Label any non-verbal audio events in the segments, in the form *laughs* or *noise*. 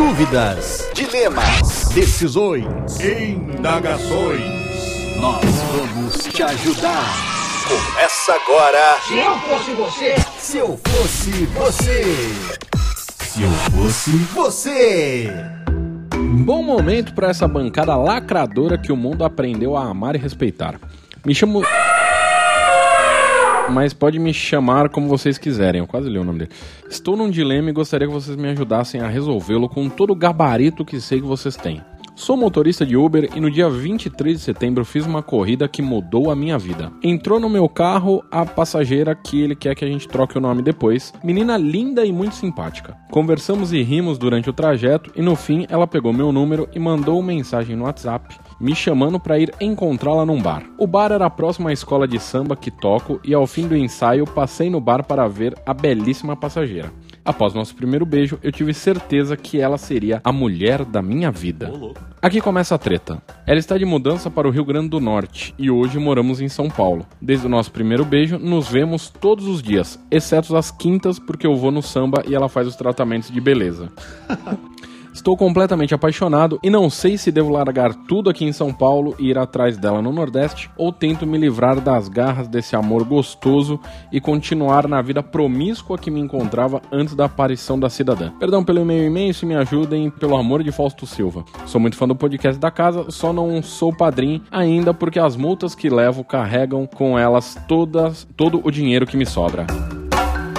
Dúvidas, dilemas, decisões. indagações. Nós vamos te ajudar. Começa agora. Se eu fosse você. Se eu fosse você. Bom momento para essa bancada lacradora que o mundo aprendeu a amar e respeitar. Me chamo. Mas pode me chamar como vocês quiserem, eu quase li o nome dele. Estou num dilema e gostaria que vocês me ajudassem a resolvê-lo com todo o gabarito que sei que vocês têm. Sou motorista de Uber e no dia 23 de setembro fiz uma corrida que mudou a minha vida. Entrou no meu carro a passageira que ele quer que a gente troque o nome depois, menina linda e muito simpática. Conversamos e rimos durante o trajeto e no fim ela pegou meu número e mandou uma mensagem no WhatsApp me chamando para ir encontrá-la num bar. O bar era próximo à escola de samba que toco e ao fim do ensaio passei no bar para ver a belíssima passageira. Após nosso primeiro beijo, eu tive certeza que ela seria a mulher da minha vida. Aqui começa a treta. Ela está de mudança para o Rio Grande do Norte e hoje moramos em São Paulo. Desde o nosso primeiro beijo, nos vemos todos os dias, exceto as quintas, porque eu vou no samba e ela faz os tratamentos de beleza. Estou completamente apaixonado e não sei se devo largar tudo aqui em São Paulo e ir atrás dela no Nordeste ou tento me livrar das garras desse amor gostoso e continuar na vida promíscua que me encontrava antes da aparição da cidadã. Perdão pelo e-mail imenso e me ajudem pelo amor de Fausto Silva. Sou muito fã do podcast da casa, só não sou padrinho ainda porque as multas que levo carregam com elas todas todo o dinheiro que me sobra.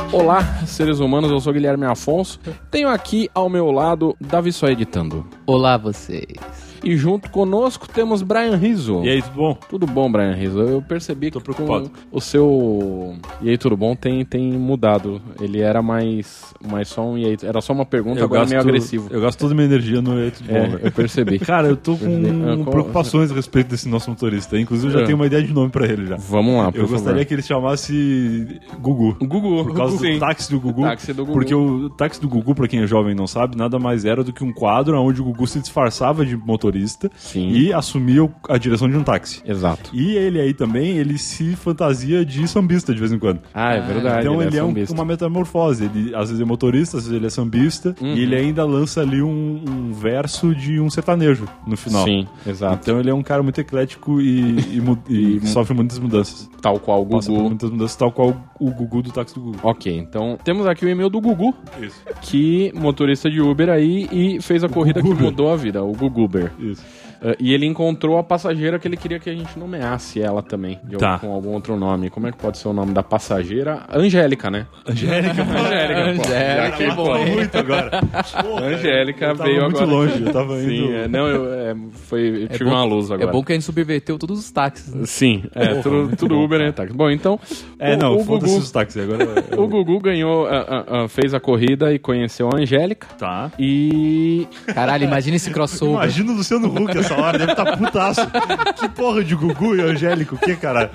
Olá, seres humanos, eu sou Guilherme Afonso. Tenho aqui ao meu lado Davi só editando. Olá vocês. E junto conosco temos Brian Rizzo. E aí, tudo bom? Tudo bom, Brian Rizzo? Eu percebi Tô que preocupado. com o seu E aí, tudo bom? Tem, tem mudado. Ele era mais, mais só um E aí, era só uma pergunta, agora é meio agressivo. Eu gasto toda a minha energia no E aí, tudo bom, É, velho. eu *laughs* percebi. Cara, eu *laughs* tô Ah, com qual- preocupações a respeito desse nosso motorista. Inclusive, eu já É. tenho uma ideia de nome pra ele já. Vamos lá, por Eu favor. gostaria que ele chamasse Gugu. Gugu, Por causa Sim. do táxi do Gugu. Táxi do Gugu. Porque o táxi do Gugu, pra quem é jovem e não sabe, nada mais era do que um quadro onde o Gugu se disfarçava de motorista Sim. e assumia a direção de um táxi. Exato. E ele aí também, ele se fantasia de sambista de vez em quando. Ah, é verdade. Então ele, é, um- sambista. uma metamorfose. Ele às vezes é motorista, às vezes ele é sambista. Uhum. E ele ainda lança ali um, um verso de um sertanejo no final. Sim, exato. Então ele é um cara muito eclético e, e mu- *laughs* e sofre muitas mudanças. Tal qual o Passa por Gugu. muitas mudanças, tal qual o Gugu do táxi do Gugu. Ok, então temos aqui o e-mail do Gugu, Isso. que motorista de Uber aí e fez a corrida que Guguber. mudou a vida, o Guguber. Isso. Uh, e ele encontrou a passageira que ele queria que a gente nomeasse ela também, de Tá. algum- com algum outro nome. Como é que pode ser o nome da passageira? Angélica, né? Angélica, Angélica, pô. Angélica, Já É, que, pô, pô, muito agora. Angélica Eu tava veio muito agora. longe, eu tava indo. Sim, é, não, eu, é, foi, eu tive uma luz agora. É bom que a gente subverteu todos os táxis. né? Sim, é, tudo, tudo Uber, né? Tá. Bom, então. É, o- não, o foda-se Gugu, os táxis agora. *laughs* o Gugu ganhou, ah, ah, ah, fez a corrida e conheceu a Angélica. Tá. E Caralho, imagina esse crossover. Imagina o Luciano Huck essa hora, deve estar *laughs* putaço. que porra de Gugu e Angélico, o que, cara?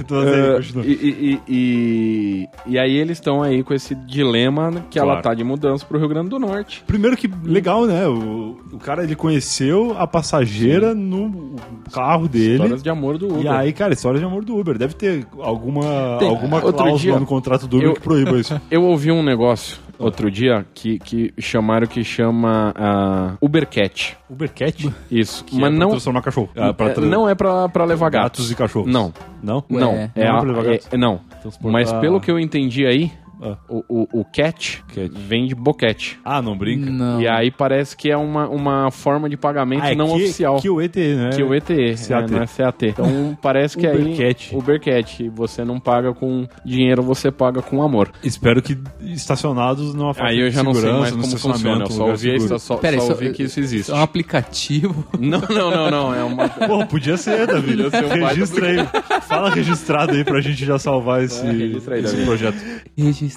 Então, mas aí, Ah, continua. e, e, e, e, e aí eles estão aí com esse dilema que ela Claro. tá de mudança pro Rio Grande do Norte. Primeiro que legal, né? O, o cara ele conheceu a passageira no carro dele. Histórias de amor do Uber. E aí, cara, história de amor do Uber. Deve ter alguma, Tem. alguma Outro cláusula dia, no contrato do Uber eu- que proíba isso. *laughs* Eu ouvi um negócio outro dia que, que chamaram que chama ah, Ubercat. Ubercat? Isso. é pra Mas não, transformar cachorro. Ah, pra é, tra- não é pra, pra levar gatos. gatos e cachorros. Não. Não? Ué, Não, não é, é a- pra levar é- gatos. é- não. Transportar- Mas pelo que eu entendi aí, Ah. o, o, o cat, Cat. vem de boquete. Ah, não brinca. Não. E aí parece que é uma, uma forma de pagamento Ah, é não que, oficial. Que o ET, né? Que é o ETE, CAT. É, não é CAT. Então parece *laughs* que aí Ubercat. Ubercat, você não paga com dinheiro, você paga com amor. Espero que estacionados numa aí eu já não sei mais no como estacionamento, funciona, eu um só lugar ouvi, seguro. isso, só, Pera aí, só só- ouvi que isso Isso existe. é um aplicativo. *laughs* Não, não, não, não, *laughs* é uma... Pô, podia *laughs* ser, Davi. Podia ser um baita Registra aí. Fala registrado aí pra gente já salvar esse, É, registra aí, esse Davi. projeto. Registrado.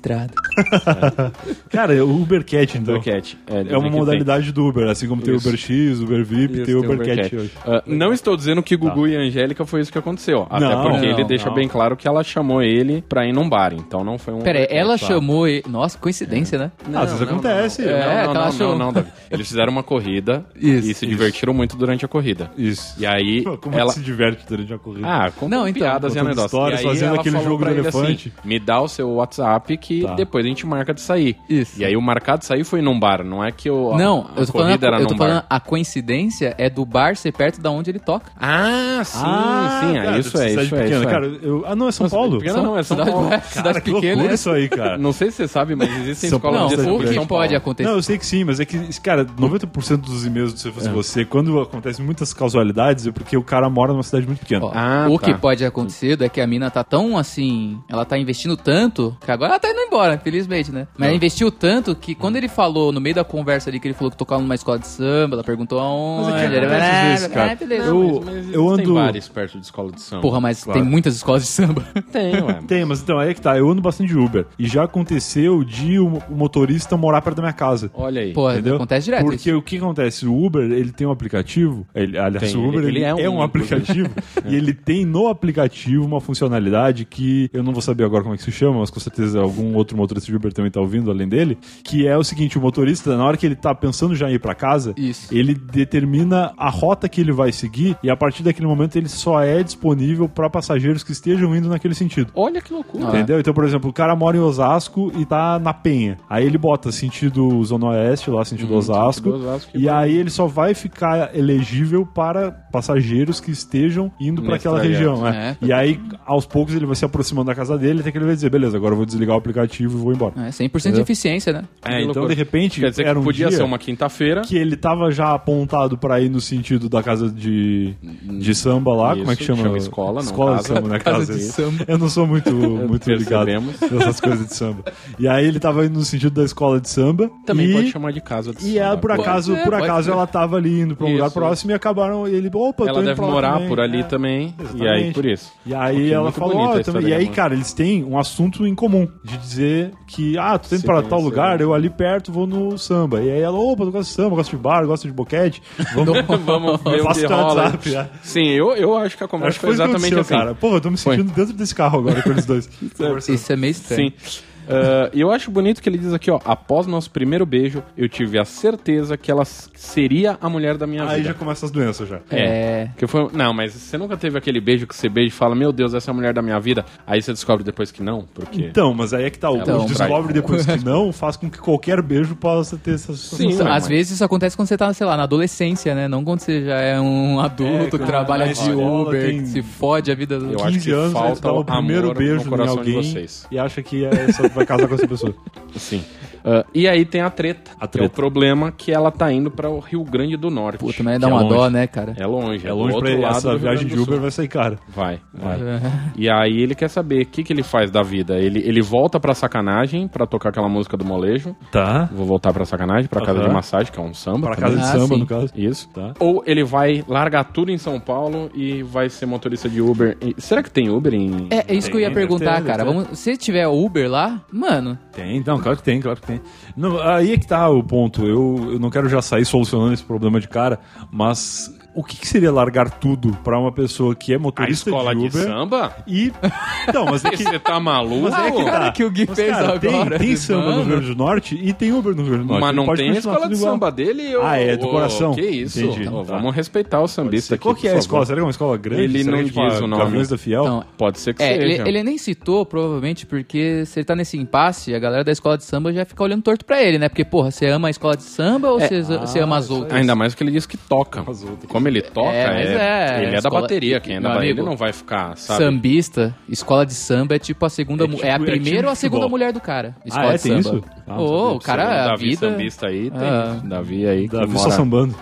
Cara, é o Ubercat, então. Ubercat. É uma dizem que tem. modalidade do Uber, assim como tem o Isso. UberX, Uber VIP, Isso, tem o Ubercat Ubercat. hoje. Tá. Ah, não estou dizendo que Gugu e Angélica foi isso que aconteceu. Até Não, porque não, ele deixa não. bem claro que ela chamou ele pra ir num bar, então não foi um. Pera aí, ela Tá. chamou ele. Nossa, coincidência, né? Não, Ah, às vezes não, não, acontece. Não, não, É, não, que ela não, achou. não, não, Davi. Eles fizeram uma corrida Isso, e se isso. divertiram muito durante a corrida. Isso. *laughs* E aí como é assim? ela se diverte durante a corrida? Ah, com Não, então, piadas e contando anedotas. histórias, E aí fazendo ela aquele falou jogo pra do ele elefante. assim, Me dá o seu WhatsApp sabe que Tá. depois a gente marca de sair. Isso. E aí o marcado de sair foi num bar, não é que eu, a- Não, a, eu tô, falando, corrida a, era eu tô num bar. falando a coincidência é do bar ser perto da onde ele toca. Ah, sim, sim, é cara, isso é, cidade isso é, pequena. isso é. Cara, eu- Ah, não, é São Paulo? pequena não, é São cidade Paulo. cidade Que pequena. loucura é- isso aí, cara. Não sei se você sabe, mas existem São escolas Paulo Não, é de uma cidade o samba em que São pode Paulo. acontecer? Não, eu sei que sim, mas é que, cara, 90% dos e-mails, se fosse você, quando acontece muitas casualidades, é porque o cara mora numa cidade muito pequena. Ó, Ah, o tá. que pode ter acontecido é que a mina tá tão assim. Ela tá investindo tanto que agora ela tá indo embora, felizmente, né? Mas ela investiu tanto que quando ele falou, no meio da conversa ali, que ele falou que tocava numa escola de samba, ela perguntou aonde. Mas é que ele- acontece às vezes, cara. Ah, beleza. Eu- Mas- mas eu existem ando- bares perto de escola de samba. Porra, mas tem muitas escolas de samba. *laughs* tem, ué. Tem, mas então, aí é que tá. Eu ando bastante de Uber. E já aconteceu de o o motorista morar perto da minha casa. Olha aí. Pô, Entendeu? acontece direto. Porque o que acontece? O Uber, ele tem um aplicativo. Ele, aliás, Tem, o Uber ele- ele, ele é, um é um, aplicativo. e ele tem no aplicativo uma funcionalidade que eu não vou saber agora como é que se chama, mas com certeza algum outro motorista de Uber também tá ouvindo além dele. Que é o seguinte: o motorista, na hora que ele tá pensando já em ir pra casa, Isso. ele determina a rota que ele vai seguir e a partir daquele momento ele só é disponível pra passageiros que estejam indo naquele sentido. Olha que loucura. É, Ah. Entendeu? Então, por exemplo, o cara mora em Osasco e tá na Penha. Aí ele bota sentido Zona Oeste, lá sentido Uhum, Osasco. sentido Osasco, e que aí ele só vai ficar elegível para passageiros que estejam indo para Nesse aquela trajeto. região. né? É. E aí, aos poucos, ele vai se aproximando da casa dele até que ele vai dizer: beleza, agora eu vou desligar o aplicativo e vou embora. É 100% de Entendeu? eficiência, né? É, Que então, loucura. de repente, Quer dizer era um que podia dia ser uma quinta-feira. que ele tava já apontado pra ir no sentido da casa de, de samba lá, Isso, como é que chama? chama escola, não escola casa. de samba, né? Casa de isso. samba. Eu não sou *laughs* muito, muito ligado Percebemos. nessas coisas de samba. E aí ele tava indo no sentido da escola de samba. Também e... pode chamar de casa de E ela, samba. por Pode acaso, ser, por pode acaso ser. ela tava ali indo pra um lugar Isso. próximo e acabaram ele, opa, eu tô Ela indo deve pra lá morar também. por ali É. também. E Exatamente. aí, por isso. E Porque aí é ela muito falou, bonita ó, a eu também- história e aí, da cara, eles têm um assunto em comum de dizer que, ah, tu indo Você pra tem tal esse- lugar, eu ali perto vou no samba. E aí ela, opa, eu gosto de samba, gosto de bar, gosto de boquete. *laughs* Vamos, *laughs* Vamos ver o Faço que pelo rola. WhatsApp, é. Sim, eu, eu acho que a Acho conversa que foi foi isso que exatamente aconteceu, assim. cara. Porra, eu tô me sentindo dentro desse carro agora com eles *laughs* dois. conversando. Isso é meio Sim. estranho. Ah, E eu acho bonito que ele diz aqui, ó. Após nosso primeiro beijo, eu tive a certeza que ela s- seria a mulher da minha Aí vida. já começam as doenças já. É. Que foi... Não, mas você nunca teve aquele beijo que você beija e fala, meu Deus, essa é a mulher da minha vida. Aí você descobre depois que não, porque. Então, mas aí é que tá. O Então, o descobre vai. depois *laughs* que não faz com que qualquer beijo possa ter essa Sim, Então, ué, às mas- vezes isso acontece quando você tá, sei lá, na adolescência, né? Não quando você já é um É, adulto quando que trabalha na de escola Uber, tem- que se fode a vida do. Eu acho 15 que anos, falta aí tu dá o amor primeiro no beijo em coração de alguém vocês. e acha que é só vai casar com essa pessoa. Sim. Ah, e aí tem a treta. A que é o treta. problema que ela tá indo pra o Rio Grande do Norte. Puta, mas dá que é uma dó, longe. né, cara? É longe. É longe pra do outro ele, lado do essa Rio viagem de Grande do Uber Sul. vai sair cara. Vai, vai. É. E aí ele quer saber o que, que ele faz da vida. Ele, ele volta pra sacanagem pra tocar aquela música do molejo. Tá. Vou voltar pra sacanagem, pra casa Aham. de massagem, que é um samba. Pra casa também. de Ah, samba, sim. no caso. Isso. Tá. Ou ele vai largar tudo em São Paulo e vai ser motorista de Uber. E- Será que tem Uber em. É, é isso que eu ia Tem, né? perguntar, tem, cara. tem. Vamos, se tiver Uber lá, mano, Tem, não, claro que tem, claro que tem. Não, aí é que tá o ponto. Eu, eu não quero já sair solucionando esse problema de cara, mas o que, que seria largar tudo pra uma pessoa que é A motorista escola de de, Uber samba? e. Não, mas é *laughs* que. Você tá maluco? Mas é que tá. cara, que o Gui Mas, fez cara, tem, agora, Tem de samba no mano. Rio Grande do Norte e tem Uber no Rio Grande do Norte. Mas não Ele pode tem a continuar escola tudo de igual. samba dele? ô- Ah, é, do ô, coração. Que isso? Entendi. Ô, Tá. Vamos respeitar o sambista aqui. Qual que é a por escola? favor. Será que é uma escola grande? Ele Será não que, tipo, diz a o nome. Gaviões da Fiel? Então, Pode ser que É, seja. ele, ele nem citou, provavelmente, porque se ele tá nesse impasse, a galera da escola de samba já fica olhando torto pra ele, né? Porque, porra, você ama a escola de samba É. ou você, você ama as outras? Ainda mais que ele diz que toca. Como ele toca, É, é- mas é, ele é da escola- bateria, quem é da Meu bateria amigo, ele não vai ficar, sabe? Sambista, escola de samba é tipo a segunda. É mu- É, tipo- a é primeira time ou de a futebol. segunda mulher do cara. Escola Ah, é? de Tem samba. isso? Ah, não Ô, sabia o disso. cara, a Davi vida. sambista aí, tem Ah. Davi aí que Davi só mora sambando.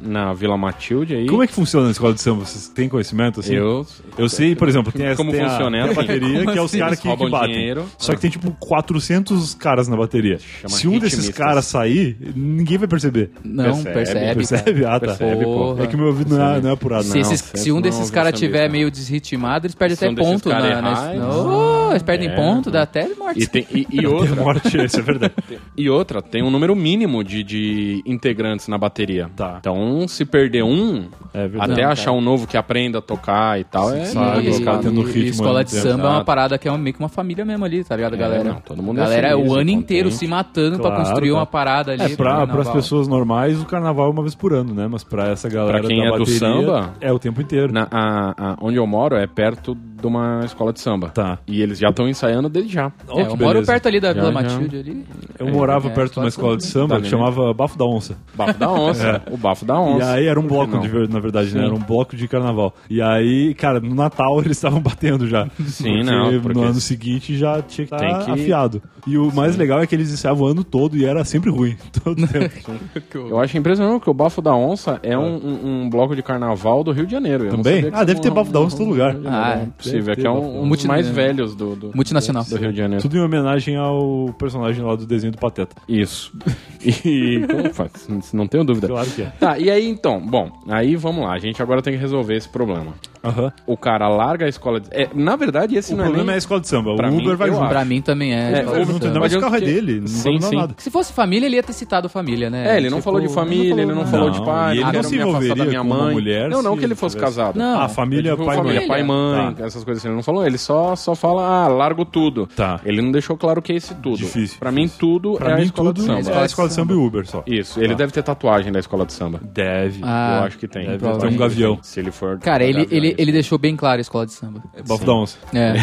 na Vila Matilde aí. Como é que funciona a escola de samba? Vocês têm conhecimento assim? Eu... Eu sei, por exemplo, tem, a- Como tem a, funciona, tem a assim? bateria, Como que é os assim? caras que, Roubam que batem. dinheiro. Só que tem tipo 400 caras na bateria. Chama Se um desses ritmistas. caras sair, ninguém vai perceber. Não, Percebe, *laughs* percebe. Percebe? Ah, tá. Percebe, pô. Porra. É que meu ouvido não é, não é apurado. Se, né? esses- você se um não desses ouviu caras sambista. tiver meio desritimado, eles perdem Se um até desses ponto. cara Na, na- errar, na- Ô, eles perdem é, ponto, né? dá até morte. E, tem, e, *laughs* e Não Tem outra, morte, isso é verdade. e outra, tem um número mínimo de, de integrantes na bateria. Tá. Então, se perder um, É verdade. até Não, achar um novo que aprenda a tocar e tal, é sabe, meio os caras complicado. tendo ritmo, escola né, de tem- samba é uma Exato. parada que é uma- meio que uma família mesmo ali, tá ligado, É, galera? não, todo mundo é galera é feliz, o é ano inteiro contente. se matando Claro, pra construir tá. uma parada ali. É, pra, carnaval. pras pessoas normais, o carnaval é uma vez por ano, né? Mas pra essa galera Pra quem da é do bateria, samba, é o tempo inteiro. Na- a- a- onde eu moro é perto de uma escola de samba. Tá. E eles já estão ensaiando desde já. Ó, É, que eu moro beleza. perto ali da Já, Vila já. Matilde ali. Eu morava é, perto de uma escola escola de samba Tá que ali, chamava Bafo da Onça. Bafo da *laughs* onça. O bafo da onça. É. E aí era um Por que bloco, não? de, ver- na verdade, né? Sim. Era um bloco de carnaval. E aí, cara, no Natal *laughs* eles estavam batendo já. Sim, não, porque- no ano seguinte já tinha que Tem estar que- afiado. E o mais legal é que eles ensaiavam o ano todo e era sempre ruim. *laughs* Todo tempo. Eu acho impressionante que o bafo da onça é um, um- um bloco de carnaval do Rio de Janeiro. Eu não Também? sabia que Ah, deve um- ter bafo da onça em todo lugar. Ah, É possível, é Deve que é ter um, bafo da um onça. dos Multi- mais velhos do, do, Multinacional. do Rio de é. Janeiro. Tudo em homenagem ao personagem lá do desenho do Pateta. Isso. *laughs* E. como faz? Não tenho dúvida. Claro que é. Tá, e aí então? Bom, aí vamos lá. A gente agora tem que resolver esse problema. Aham. O cara larga a escola. De... É, na verdade, esse O não problema é, nem- a escola de samba. O Pra Uber mim, vai eu junto. acho. Pra mim também é. É, Escola Eu de não samba. entendo, mas Mas o eu carro é fiquei- dele. Não Sim, vai mudar sim. nada. Se fosse família, ele ia ter citado família, né? É, ele não Tipo, falou de família, ele não falou de Não, pai, e ele ah, não quero se me afastar da envolveria minha com uma mãe. mulher não, não se que ele fosse tivesse- casado. Não. Ah, família, Tipo, pai e família, mãe. pai, mãe, Tá. essas coisas assim. Ele não falou, ele só, só fala, ah, largo tudo. Tá. Ele não deixou claro o que é esse tudo. Difícil, pra difícil. mim, tudo é Pra a mim, escola tudo de samba. é a escola de samba e Uber só. Isso, ele Tá. deve ter tatuagem da escola de samba. Deve. Ah, Eu acho que tem. Deve Eu ter acho um que gavião. tem. Se ele for. Cara, da ele, gavião, ele, isso. ele deixou bem claro a escola de samba. Bafo da Onça. É.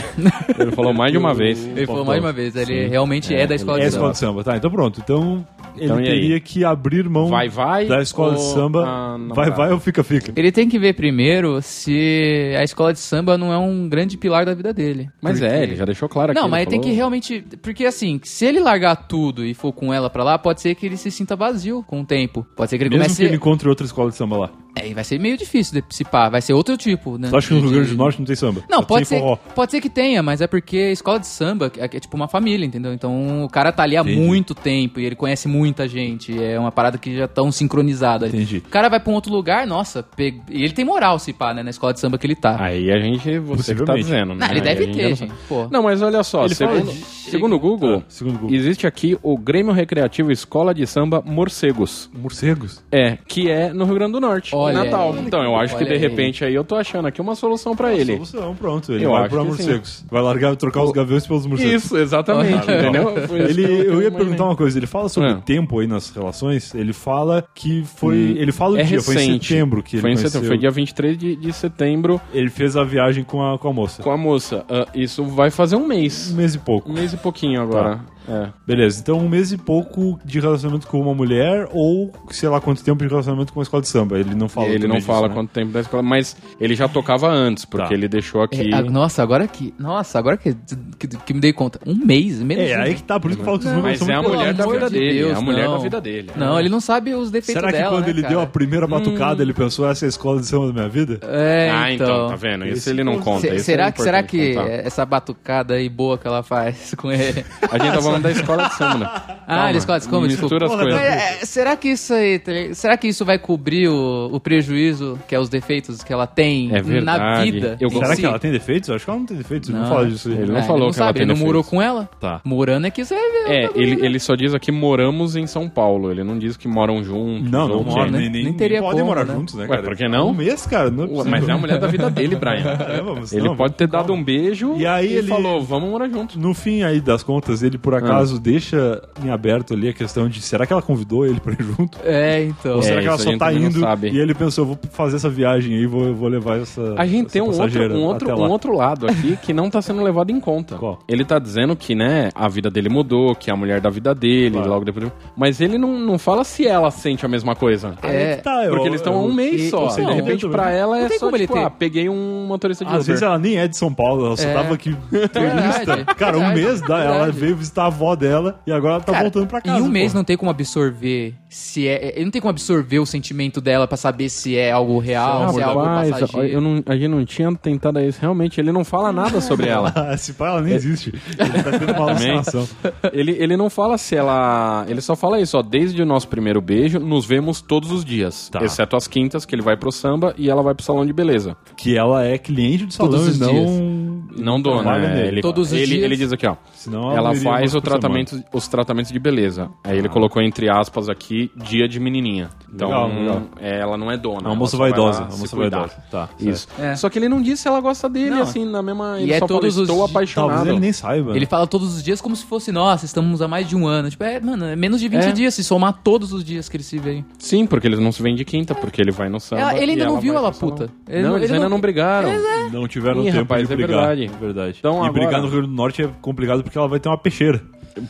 Ele falou mais de uma vez. *laughs* ele falou mais uma vez, ele realmente é, da escola É a de samba. escola de samba, tá? Então pronto. Então, Então, ele e aí? teria que abrir mão Vai, vai. da escola de ou Ah, tá. a samba. namorada? Vai, vai ou fica, fica. Ele tem que ver primeiro se a escola de samba não é um grande pilar da vida dele. Mas Porque- é, ele já deixou claro aqui. Não, mas ele tem falou. que realmente. Porque assim, se ele largar tudo e for com ela pra lá, pode ser que ele se sinta vazio com o tempo. Pode ser que ele Mesmo comece. que ele encontre outra escola de samba lá. É, e vai ser meio difícil de se pá, vai ser outro tipo, né? Tu acha que no Rio De- Grande do Norte não tem samba? Não, Só pode tem ser, forró. pode ser que tenha, mas é porque escola de samba é, é tipo uma família, entendeu? Então o cara tá ali há Entendi. muito tempo e ele conhece muita gente. É uma parada que já estão sincronizadas. Entendi. O cara vai pra um outro lugar, nossa, pe- e ele tem moral se pá, né? Na escola de samba que ele tá. Aí a gente, você que tá Possivelmente. dizendo, né? não, ele Aí a deve é gente já ter, não gente. sabe. Pô. Não, mas olha só, Ele fala segundo, de- segundo o Google, Tá, segundo o Google. existe aqui o Grêmio Recreativo Escola de Samba Morcegos. Morcegos. É, que é no Rio Grande do Norte, em Olha Natal. aí. Então, eu acho que Olha de aí. repente aí eu tô achando aqui uma solução pra ele. Solução, pronto. Ele Eu vai acho pra que morcegos. Vai largar, trocar os gaviões pelos morcegos. Isso, exatamente, Olha. entendeu? Foi isso Ele, que eu ia imaginei. perguntar uma coisa, ele fala sobre Ah. tempo aí nas relações, ele fala que foi. ele fala o É um dia, foi em recente. setembro que ele Foi em conheceu. setembro, foi dia 23 de, de setembro Ele fez a viagem com a, com a moça. com a moça. Ah, isso vai fazer um mês. Um mês e pouco. Um mês e pouquinho agora. É. Beleza, então um mês e pouco de relacionamento com uma mulher ou sei lá quanto tempo de relacionamento com uma escola de samba. Ele não fala ele também não disso, fala né? quanto tempo da escola, mas ele já tocava antes, porque Tá. ele deixou aqui. É, a- nossa, agora que. Nossa, agora que, que, que me dei conta. Um mês, menos. É, um aí mês. que tá, por isso que eu falo que os números mas são é a muito mulher grandes, da cara. vida de dele. Deus, é a mulher não. da vida dele. Não, ele não sabe os defeitos Será que dela, quando né, ele cara? deu a primeira batucada, ele pensou, essa é a escola de samba da minha vida? É, Ah, então, então tá vendo? Esse Isso ele não ponto- conta. Se- isso é será que, será que importante contar. essa batucada aí boa que ela faz *laughs* com ele? A gente tá falando da escola de samba, né? ah, eles quase como Mistura as Porra, coisas. velho. É, é, será que isso aí, tá ligado? será que isso vai cobrir o, o prejuízo, que é os defeitos que ela tem É verdade. na vida? Eu em Será si? que ela tem defeitos? Eu acho que ela não tem defeitos, ele não Não. fala disso. aí. né? Ele Ah, não falou que ela sabe, tem ele não morou defeitos. com ela? Tá. Morando é que você vai ver. É, ele, ele só diz aqui moramos em São Paulo. Ele não diz que moram juntos. Não, não ou mora, que- né? nem, nem, Nem teria podem como, morar né? juntos, né, Ué, cara? por que não? Um mês, cara, não Ué, possível. Mas é a mulher da vida *laughs* dele, Brian. Caramba, mas Ele É, não, pode ter dado calma. um beijo E aí ele- falou, vamos morar junto. No fim aí das contas, ele Ah. por acaso deixa em aberto ali a questão de será que ela convidou ele pra ir junto? É, então. Ou será É, que ela isso a só gente tá também não indo sabe. e ele pensou, vou fazer essa viagem aí, vou, vou levar essa A gente essa tem um passageira outro, um, outro, é até lá. um outro lado aqui que não tá sendo levado em conta. Qual? Ele tá dizendo que, né, a vida dele mudou, que é a mulher da vida dele, Claro. logo depois. Mas ele não, não fala se ela sente a mesma coisa. É, Aí que tá, eu- Porque eles estão há eu- um mês e- só. eu sei de nem repente, tanto, pra né? ela Não é tem só, como ele tipo, ter. ah, peguei um motorista de Às Uber. vezes ela nem é de São Paulo, ela só É. tava *laughs* aqui Verdade. é turista. Cara, um Verdade, mês da, ela verdade. veio visitar a avó dela e agora ela tá Cara, voltando pra casa. Em um mês pô. não tem como absorver se é. Ele não tem como absorver o sentimento dela pra saber se é algo real, se é algo Ah, Rapaz, passageiro. eu não, a gente não tinha tentado isso. Realmente, ele não fala nada sobre *laughs* *laughs* ela. tá Ah, Esse pai, ela nem existe. Ele tá tendo uma É. *laughs* Também. alucinação. Ele, ele não fala se ela. Ele só fala isso, ó. Desde o nosso primeiro beijo, nos vemos todos os dias. Tá. Exceto as quintas, que ele vai pro samba e ela vai pro salão de beleza. Que ela é cliente do salão Todos e os não... Não dona. Trabalha né? nele. Ele, Todos os ele, dias. ele diz aqui, ó. Senão Ela não iria faz o por semana. tratamento, os tratamentos de beleza. Aí Ah. ele colocou entre aspas aqui, dia de menininha. Então, Legal, legal. é, ela não é dona. É uma moça ela só vai vaidosa, lá uma se moça cuidar. vaidosa. Tá, certo. Isso. É. Só que ele não disse se ela gosta dele, Não. assim, na mesma... E Ele é só todos falou, os estou dias- apaixonado. Talvez ele nem saiba. Ele né? fala todos os dias como se fosse, nossa, estamos há mais de um ano. Tipo, é, mano, é menos de 20 É. dias se somar todos os dias que eles se veem. Sim, porque eles não se veem de quinta, porque ele vai no sábado. Ela- ele ainda e não viu vai ela no salão. puta. Ele não, não- eles ele ainda não, não- é. brigaram. Não tiveram Ih, tempo rapaz, de é brigar. verdade. verdade. Então, e agora- brigar no Rio Grande do Norte é complicado porque ela vai ter uma peixeira.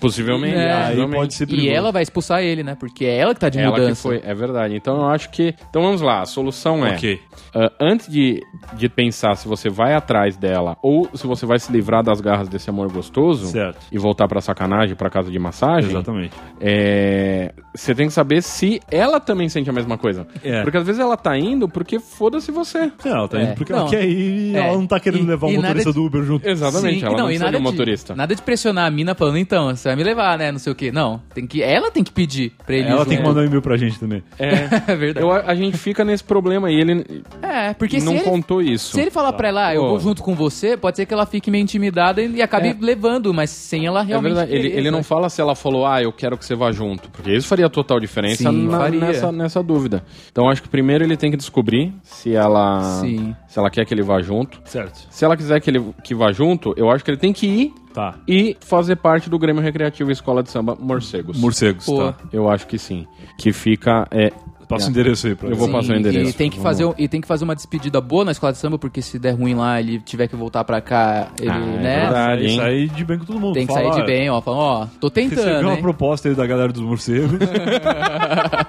Possivelmente. ah, É. Aí Aí possivelmente. pode ser E perigoso. ela vai expulsar ele, né? Porque é ela que tá de Ela mudança. que foi, é verdade. Então eu acho que. Então vamos lá, a solução é. Ok. ah, antes de, de pensar se você vai atrás dela ou se você vai se livrar das garras desse amor gostoso Certo. e voltar pra sacanagem, pra casa de massagem, Exatamente. é, você tem que saber se ela também sente a mesma coisa. É. Porque às vezes ela tá indo porque foda-se você. É, ela tá indo É. porque Não. ela quer ir e É. ela não tá querendo E- levar o e nada motorista de- do Uber junto. Exatamente, Sim, ela não, e precisa de um de- motorista. Nada de pressionar a mina falando, então, você vai me levar, né? Não sei o quê. Não, tem que, ela tem que pedir pra ele. ir Ela tem que junto. mandar um e-mail pra gente também. É. *laughs* É verdade. Eu, a gente fica nesse problema e ele É, porque não se ele, contou isso. se ele falar pra ela, ah, eu Pô. vou junto com você, pode ser que ela fique meio intimidada e e acabe É. levando, mas sem ela É realmente. verdade, ele, querer, né? ele não sabe? fala se ela falou, ah, eu quero que você vá junto. Porque isso faria total diferença Sim, na- faria. Nessa, nessa dúvida. Então acho que primeiro ele tem que descobrir se ela, Sim. se ela quer que ele vá junto. Certo. Se ela quiser que ele que vá junto, eu acho que ele tem que ir Tá. e fazer parte do Grêmio Recreativo Escola de Samba Morcegos. Morcegos, Pô. tá. Eu acho que sim. Que fica. É, Passa o endereço aí pra Eu vou ela. passar o endereço. E tem, que Vamos fazer, um- e tem que fazer uma despedida boa na escola de samba, porque se der ruim lá, ele tiver que voltar pra cá, ele, Ah, é né? verdade. Aí hein? sair de bem com todo mundo. tem que sair de bem, ó. Falando, ó, tô Recebeu tentando. uma Hein? proposta aí da galera dos morcegos.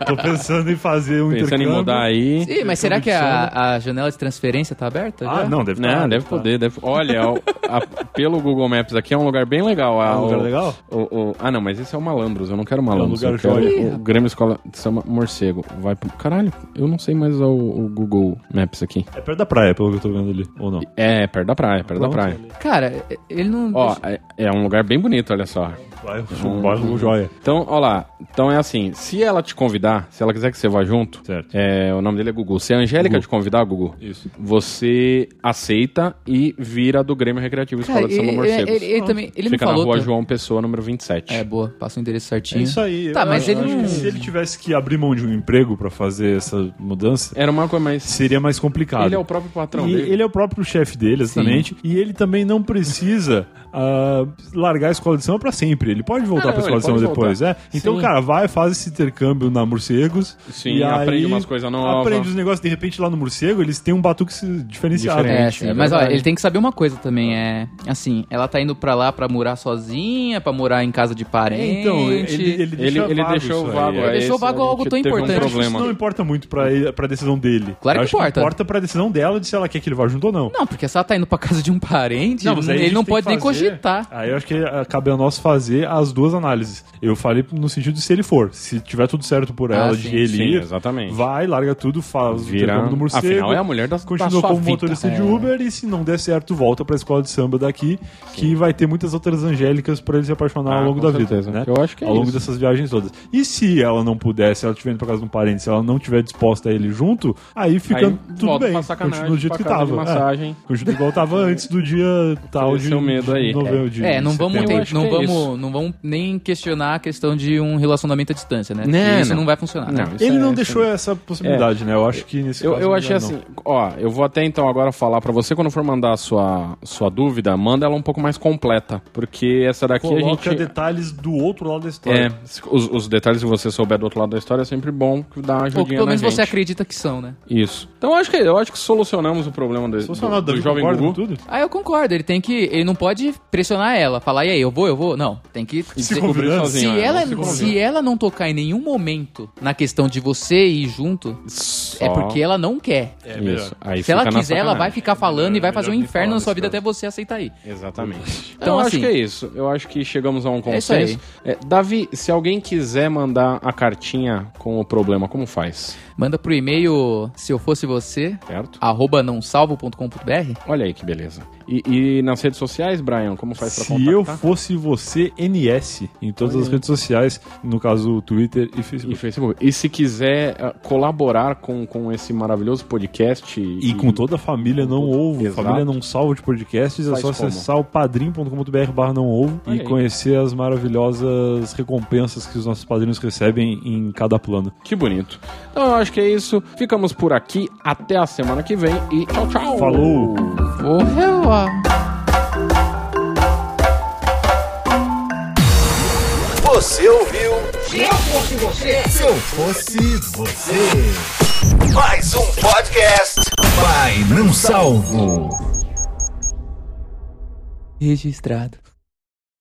Tô pensando em fazer um pensando em intercâmbio. mudar aí. Ih, mas será que a, a janela de transferência tá aberta? Ah, já? não, deve Não, tá, Né? deve tá. poder. Deve... Olha, o- a- pelo Google Maps aqui é um lugar bem legal. É Ah, um lugar o- legal? o- o- Ah, não, mas esse é o Malandros. Eu não quero Malandros. É um lugar eu quero joia. o Grêmio Escola de Samba Morcego. Vai pro... Caralho, eu não sei mais o, o Google Maps aqui. É perto da praia, pelo que eu tô vendo ali. Ou não? É, perto da praia, perto da Pronto. praia. Cara, ele não. Ó, é, é um lugar bem bonito, olha só. Vai, um bairro joia. Então, ó lá. Então é assim, se ela te convidar, se ela quiser que você vá junto, Certo. é, o nome dele é Gugu. Se a Angélica Gugu. te convidar, Gugu, Isso. você aceita e vira do Grêmio Recreativo Escola Cara, de Samba ele, Morcegos. ele- ele- ele também. Ele Fica me na falou. rua tá- João Pessoa, número 27. É, boa, passa o É endereço certinho. isso aí. Tá, Eu mas acho ele que não- Se ele tivesse que abrir mão de um emprego pra fazer essa mudança, Era uma coisa, mas seria mais complicado. ele é o próprio patrão E dele. ele é o próprio chefe dele, exatamente. E ele também não precisa *laughs* ah, largar a escola de samba pra sempre. Ele pode voltar Ah, pra não, escola de ele samba pode voltar. depois, é? Então, Sim. cara, vai, faz esse intercâmbio na Morcegos. Sim, e aí aprende umas coisas novas. Aprende os negócios. De repente, lá no Morcego, eles têm um batuque diferenciado. Diferente. É, Gente, sim. é mas olha, verdade. ele tem que saber uma coisa também, é... Assim, ela tá indo pra lá pra morar sozinha, pra morar em casa de parente... Então, ele, ele, Ele, deixa é ele vago deixou isso aí, vago. é. é deixou isso, vago a gente algo tão teve importante. Um Isso não problema. importa muito pra, ele- pra decisão dele. Claro Eu que acho importa. importa pra decisão dela de se ela quer que ele vá junto ou não. Não, porque se ela tá indo pra casa de um parente, mas aí a ele gente não tem pode que nem fazer- cogitar. Aí eu acho que ah, cabe a nós fazer as duas análises. Eu falei no sentido de se ele for. Se tiver tudo certo por Ah, ela, sim. um- de ele Sim, ir, exatamente. vai, larga tudo, faz o Vira- intercâmbio do morcego. Afinal, é a mulher das- da Continua sua como vida. É. motorista de Uber e se não der certo, volta pra escola de samba daqui, que vai ter muitas outras angélicas pra ele se apaixonar Ah, ao longo com da certeza. vida. Né? Eu acho que é Ao longo isso. dessas viagens todas. E se ela não puder, se ela estiver indo pra casa de um parente, se ela não tiver disposta a ele junto, aí fica Aí tudo volta bem. pra sacanagem, Continua do jeito pra que casa de tava. massagem. É. Continua igual tava *laughs* antes do dia tal Esse de, é o medo aí. de novembro. de É, não vamos, setembro. ter- acho que não, é isso. vamos, não vamos nem questionar a questão de um relacionamento à distância, né? Né, Porque isso não. não vai funcionar, né? Não, isso Ele é- não isso deixou essa possibilidade, né? Eu acho que nesse É. Eu, caso eu não achei dá, não. assim, ó, eu vou até então agora falar pra você, quando for mandar a sua, sua dúvida, manda ela um pouco mais completa, porque essa daqui a Coloca gente... detalhes do outro lado da história. É, os, os detalhes que você souber do outro lado da história é sempre bom que dá uma Ou ajudinha pelo na menos gente. você acredita que são, né? Isso. Então acho que, eu acho que solucionamos o problema do, Solucionado, do, do Davi, jovem concorda Gugu. com tudo? Ah, eu concordo, ele tem que... Ele não pode pressionar ela, falar, e aí, eu vou, eu vou? Não, tem que... Se Descobrir cobrando. Se, sozinho, é, ela, não se, convida. ela não tocar em nenhum momento na questão de você ir junto, Só- é porque ela não quer. É melhor. Isso. Aí se ela fica na quiser, ela sacanagem. vai ficar falando e vai melhor fazer um nem inferno falar na sua nesse vida caso. até você aceitar aí. Exatamente. Então, Então, eu acho assim- que é isso. Eu acho que chegamos a um isso aí. consenso. É, Davi, se alguém quiser mandar a cartinha com o problema, como faz? Manda pro e-mail se eu fosse você, Certo? arroba nãosalvo.com.br. Olha aí que beleza. E, e nas redes sociais, Brian, como faz pra Se eu contactar? fosse você, NS, em todas as redes sociais, no caso Twitter e E Facebook. Facebook. E se quiser ah, colaborar com, com esse maravilhoso podcast. E com toda a família Não toda- Ovo, Exato. família Não Salvo de podcasts, é Faz só como? acessar o padrim.com.br barra não ovo Olha e aí. conhecer as maravilhosas recompensas que os nossos padrinhos recebem em cada plano. Que bonito. Então eu acho que é isso. Ficamos por aqui. Até a semana que vem e tchau, tchau. Falou. Porra, ó. Você ouviu Se eu fosse você, mais um podcast. pai, não salvo. Registrado.